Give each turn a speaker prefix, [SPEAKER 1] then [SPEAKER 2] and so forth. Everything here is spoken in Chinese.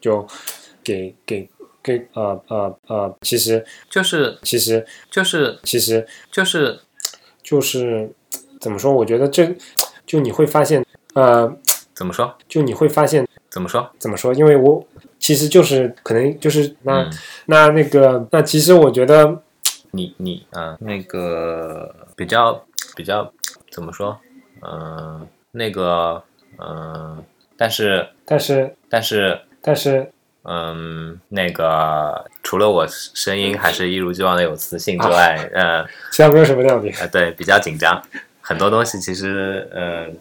[SPEAKER 1] 就给给给呃呃呃，其实
[SPEAKER 2] 就是
[SPEAKER 1] 其实
[SPEAKER 2] 就是
[SPEAKER 1] 其实
[SPEAKER 2] 就是
[SPEAKER 1] 就是怎么说？我觉得这就你会发现，呃，
[SPEAKER 2] 怎么说？
[SPEAKER 1] 就你会发现
[SPEAKER 2] 怎么说？
[SPEAKER 1] 怎么说？因为我其实就是可能就是那、
[SPEAKER 2] 嗯
[SPEAKER 1] 那那个那其实我觉得
[SPEAKER 2] 你你嗯、呃那个比较比较怎么说？嗯、那个嗯、呃但是
[SPEAKER 1] 但是
[SPEAKER 2] 但是
[SPEAKER 1] 但是
[SPEAKER 2] 嗯，那个除了我声音还是一如既往的有磁性之外，嗯、
[SPEAKER 1] 其他没有什么亮点。
[SPEAKER 2] 呃，对，比较紧张，很多东西其实，嗯、